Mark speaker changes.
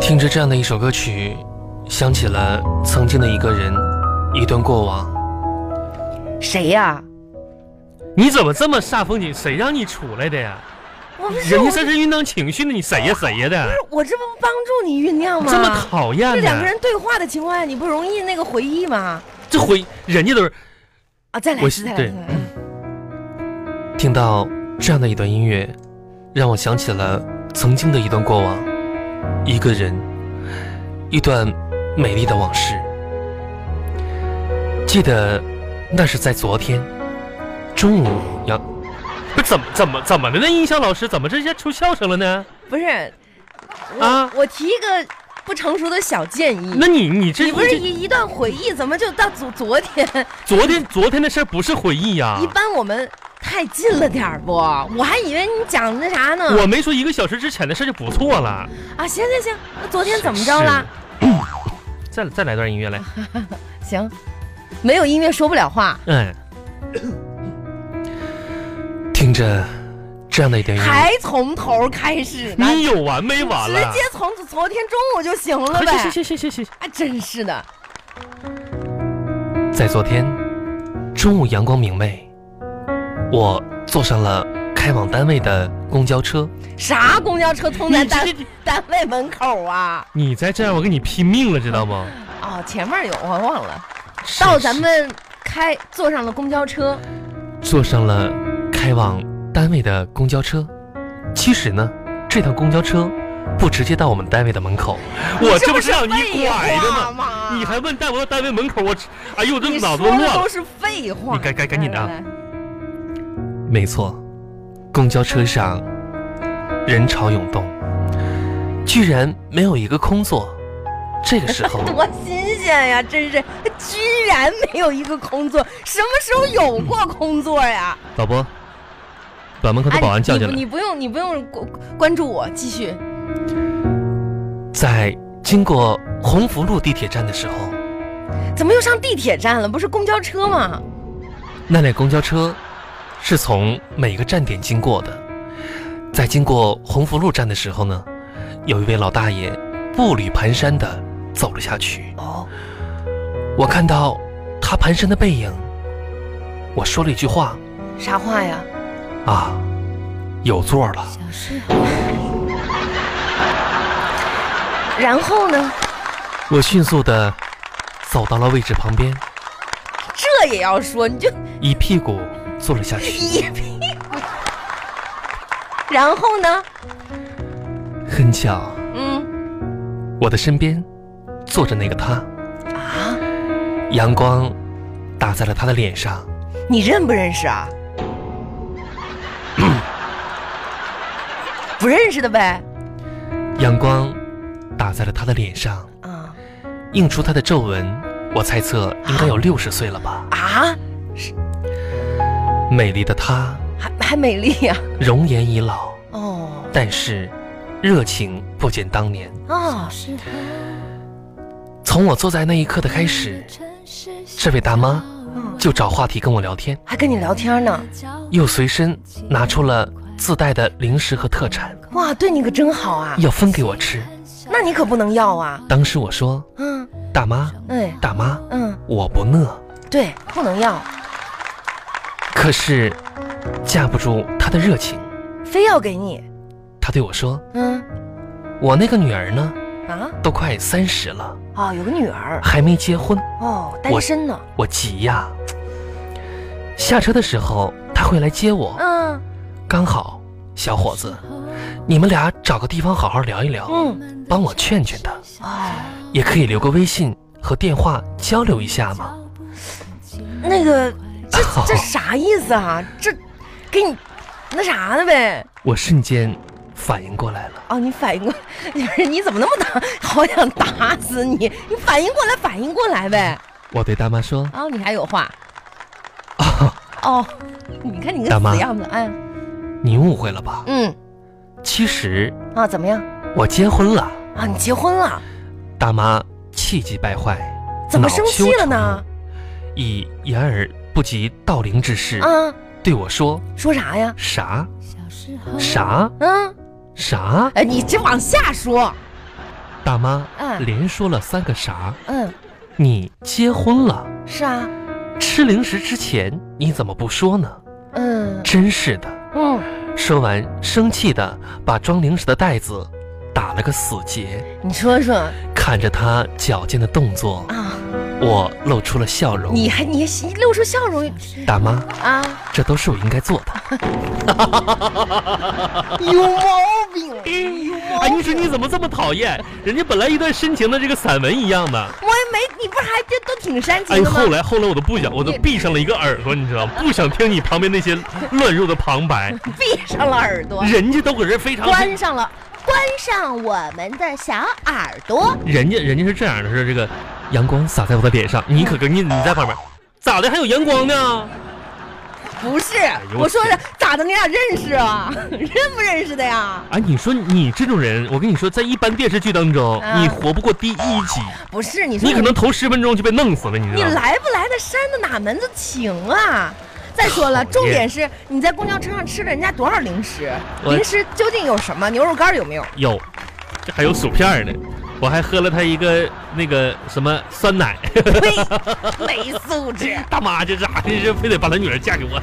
Speaker 1: 听着这样的一首歌曲，想起了曾经的一个人，一段过往。
Speaker 2: 谁呀、
Speaker 1: 你怎么这么煞风景？谁让你出来的呀？
Speaker 2: 我不是
Speaker 1: 人
Speaker 2: 我
Speaker 1: 家这是酝酿情绪呢，你谁呀谁呀的，
Speaker 2: 我这不帮助你酝酿吗？
Speaker 1: 这么讨
Speaker 2: 这
Speaker 1: 厌
Speaker 2: 两个
Speaker 1: 呢？
Speaker 2: 人对话的情况下，你不容易那个回忆吗？
Speaker 1: 这回人家都是
Speaker 2: 啊，再来一
Speaker 1: 我
Speaker 2: 次，
Speaker 1: 是
Speaker 2: 再来
Speaker 1: 对
Speaker 2: 一次。再来一次
Speaker 1: 听到这样的一段音乐，让我想起了曾经的一段过往，一个人，一段美丽的往事。记得那是在昨天中午要，不是怎么怎么怎么的呢？音效老师怎么这下出笑声了呢？
Speaker 2: 不是，我、
Speaker 1: 啊
Speaker 2: 我提一个不成熟的小建议。
Speaker 1: 那你你这
Speaker 2: 你不是
Speaker 1: 这
Speaker 2: 一一段回忆，怎么就到昨昨天？
Speaker 1: 昨天昨天的事儿不是回忆呀、
Speaker 2: 一般我们太近了点儿不？我还以为你讲那啥呢。
Speaker 1: 我没说一个小时之前的事儿就不错了。
Speaker 2: 啊，行行行，那昨天怎么着了？
Speaker 1: 是？ 再再来段音乐来。
Speaker 2: 行，没有音乐说不了话，
Speaker 1: 嗯，听着这样的一段音乐，
Speaker 2: 还从头开始呢，
Speaker 1: 你有完没完
Speaker 2: 直
Speaker 1: 了
Speaker 2: 接？从昨天中午就行了
Speaker 1: 快
Speaker 2: 呗。
Speaker 1: 去去去去去去！
Speaker 2: 啊，真是的，
Speaker 1: 在昨天中午，阳光明媚，我坐上了开往单位的公交车。
Speaker 2: 啥公交车通在
Speaker 1: 你
Speaker 2: 单
Speaker 1: 这这
Speaker 2: 单位门口啊？
Speaker 1: 你再这样，我跟你拼命了，知道吗？
Speaker 2: 哦，前面有，我忘了。到咱们开坐上了公交车，
Speaker 1: 坐上了开往单位的公交车。其实呢，这趟公交车不直接到我们单位的门口，我这不是让你
Speaker 2: 废
Speaker 1: 拐的
Speaker 2: 话
Speaker 1: 吗？
Speaker 2: 吗？
Speaker 1: 你还问带我到单位门口？我，哎呦，我这
Speaker 2: 你
Speaker 1: 脑
Speaker 2: 说
Speaker 1: 子都乱
Speaker 2: 的
Speaker 1: 了
Speaker 2: 都。是废话。
Speaker 1: 你赶赶赶紧的啊
Speaker 2: 来！来来，
Speaker 1: 没错，公交车上人潮涌动，居然没有一个空座。这个 时候
Speaker 2: 多新鲜呀！真是，居然没有一个空座，什么时候有过空座呀？
Speaker 1: 老婆把门口的
Speaker 2: 哎
Speaker 1: 保安叫进
Speaker 2: 你
Speaker 1: 来。
Speaker 2: 你不用，你不用关关注我，继续。
Speaker 1: 在经过鸿福路地铁站的时候，
Speaker 2: 怎么又上地铁站了？不是公交车吗？
Speaker 1: 那辆公交车是从每个站点经过的。在经过鸿福路站的时候呢，有一位老大爷步履蹒跚地走了下去。
Speaker 2: 哦，
Speaker 1: 我看到他蹒跚的背影，我说了一句话
Speaker 2: 啥话呀？
Speaker 1: 啊，有座了。
Speaker 2: 啊然后呢？
Speaker 1: 我迅速地走到了位置旁边，
Speaker 2: 这也要说？你就
Speaker 1: 一屁股坐了下去。
Speaker 2: 一屁股。然后呢？
Speaker 1: 很巧，
Speaker 2: 嗯
Speaker 1: 我的身边坐着那个他，
Speaker 2: 啊，
Speaker 1: 阳光打在了他的脸上。
Speaker 2: 你认不认识啊？不认识的呗。
Speaker 1: 阳光打在了他的脸上，
Speaker 2: 啊
Speaker 1: 映出他的皱纹。我猜测应该有六十岁了吧。
Speaker 2: 啊，
Speaker 1: 美丽的她，
Speaker 2: 还还美丽呀、
Speaker 1: 容颜已老，
Speaker 2: 哦
Speaker 1: 但是热情不减当年。
Speaker 2: 啊，
Speaker 1: 从我坐在那一刻的开始，这位大妈就找话题跟我聊天，
Speaker 2: 还跟你聊天呢。
Speaker 1: 又随身拿出了自带的零食和特产，
Speaker 2: 哇，对你可真好啊！
Speaker 1: 要分给我吃。
Speaker 2: 那你可不能要啊。
Speaker 1: 当时我说
Speaker 2: 嗯，：“
Speaker 1: 大妈，
Speaker 2: 哎，
Speaker 1: 大妈，
Speaker 2: 嗯，
Speaker 1: 我不饿。
Speaker 2: 对，不能要，”
Speaker 1: 可是架不住她的热情，
Speaker 2: 非要给你。
Speaker 1: 她对我说
Speaker 2: 嗯，：“
Speaker 1: 我那个女儿呢，
Speaker 2: 啊，
Speaker 1: 都快三十了，
Speaker 2: 哦，有个女儿，
Speaker 1: 还没结婚，
Speaker 2: 哦，
Speaker 1: 我
Speaker 2: 单身呢。
Speaker 1: 我急呀。”下车的时候，她会来接我，
Speaker 2: 嗯
Speaker 1: 刚好，小伙子，你们俩找个地方好好聊一聊，
Speaker 2: 嗯，
Speaker 1: 嗯帮我劝劝她。
Speaker 2: 哦，
Speaker 1: 也可以留个微信和电话交流一下嘛。
Speaker 2: 那个，这这啥意思啊？这给你那啥呢呗？
Speaker 1: 我瞬间反应过来了，
Speaker 2: 哦，你反应过， 你说你怎么那么打？ 好想打死你！你反应过来，反应过来呗。
Speaker 1: 我对大妈说
Speaker 2: 哦，你还有话？ 哦，你看你个
Speaker 1: 大妈
Speaker 2: 死样子，哎，：“
Speaker 1: 你误会了吧？
Speaker 2: 嗯，
Speaker 1: 其实
Speaker 2: 啊，怎么样？
Speaker 1: 我结婚了。
Speaker 2: 啊，你结婚了？”
Speaker 1: 大妈气急败坏，
Speaker 2: 怎么生气了
Speaker 1: 恼羞
Speaker 2: 呢
Speaker 1: 成？怒？以掩耳不及盗铃之势、
Speaker 2: 啊，
Speaker 1: 对我说
Speaker 2: 说啥呀？：“
Speaker 1: 啥啥
Speaker 2: 嗯，
Speaker 1: 啥
Speaker 2: 哎，你这往下说，
Speaker 1: 大妈
Speaker 2: 嗯
Speaker 1: 连说了三个啥？
Speaker 2: 嗯，
Speaker 1: 你结婚了？
Speaker 2: 是啊，
Speaker 1: 吃零食之前你怎么不说呢？
Speaker 2: 嗯
Speaker 1: 真是的！
Speaker 2: 嗯，
Speaker 1: 说完，生气的把装零食的袋子打了个死结。
Speaker 2: 你说说
Speaker 1: 看着他矫健的动作，
Speaker 2: 啊，
Speaker 1: 我露出了笑容。
Speaker 2: 你还你还你露出笑容
Speaker 1: 大妈，
Speaker 2: 啊，
Speaker 1: 这都是我应该做的。
Speaker 2: 有毛病，有毛
Speaker 1: 哎，
Speaker 2: 病。
Speaker 1: 你说你怎么这么讨厌？人家本来一段深情的这个散文一样的，
Speaker 2: 我也没，你不是还这都挺煽
Speaker 1: 哎
Speaker 2: 情，的吗？
Speaker 1: 后来后来我都不想，我都闭上了一个耳朵，你知道吗？不想听你旁边那些乱入的旁白，
Speaker 2: 闭上了耳朵，
Speaker 1: 人家都搁这非常。
Speaker 2: 关上了，关上我们的小耳朵。
Speaker 1: 人家人家是这样的，是这个阳光洒在我的脸上，你可跟你你在旁边，咋的还有阳光呢？
Speaker 2: 不是，
Speaker 1: 呦
Speaker 2: 我说
Speaker 1: 天
Speaker 2: 的咋的？你俩认识啊？ 认不认识的呀？
Speaker 1: 哎，你说你这种人，我跟你说，在一般电视剧当中，
Speaker 2: 啊
Speaker 1: 你活不过第一集，
Speaker 2: 不是，你说
Speaker 1: 你可能头十分钟就被弄死了，你
Speaker 2: 你
Speaker 1: 知道吗？
Speaker 2: 来不来的山的哪门子情啊？再说
Speaker 1: 讨
Speaker 2: 了，
Speaker 1: 厌
Speaker 2: 重点是你在公交车上吃了人家多少零食？
Speaker 1: 我
Speaker 2: 零食究竟有什么？牛肉干有没有？
Speaker 1: 有，这还有薯片呢，我还喝了他一个那个什么酸奶。
Speaker 2: 呸，没素质！
Speaker 1: 大妈这咋的？这非得把他女儿嫁给我？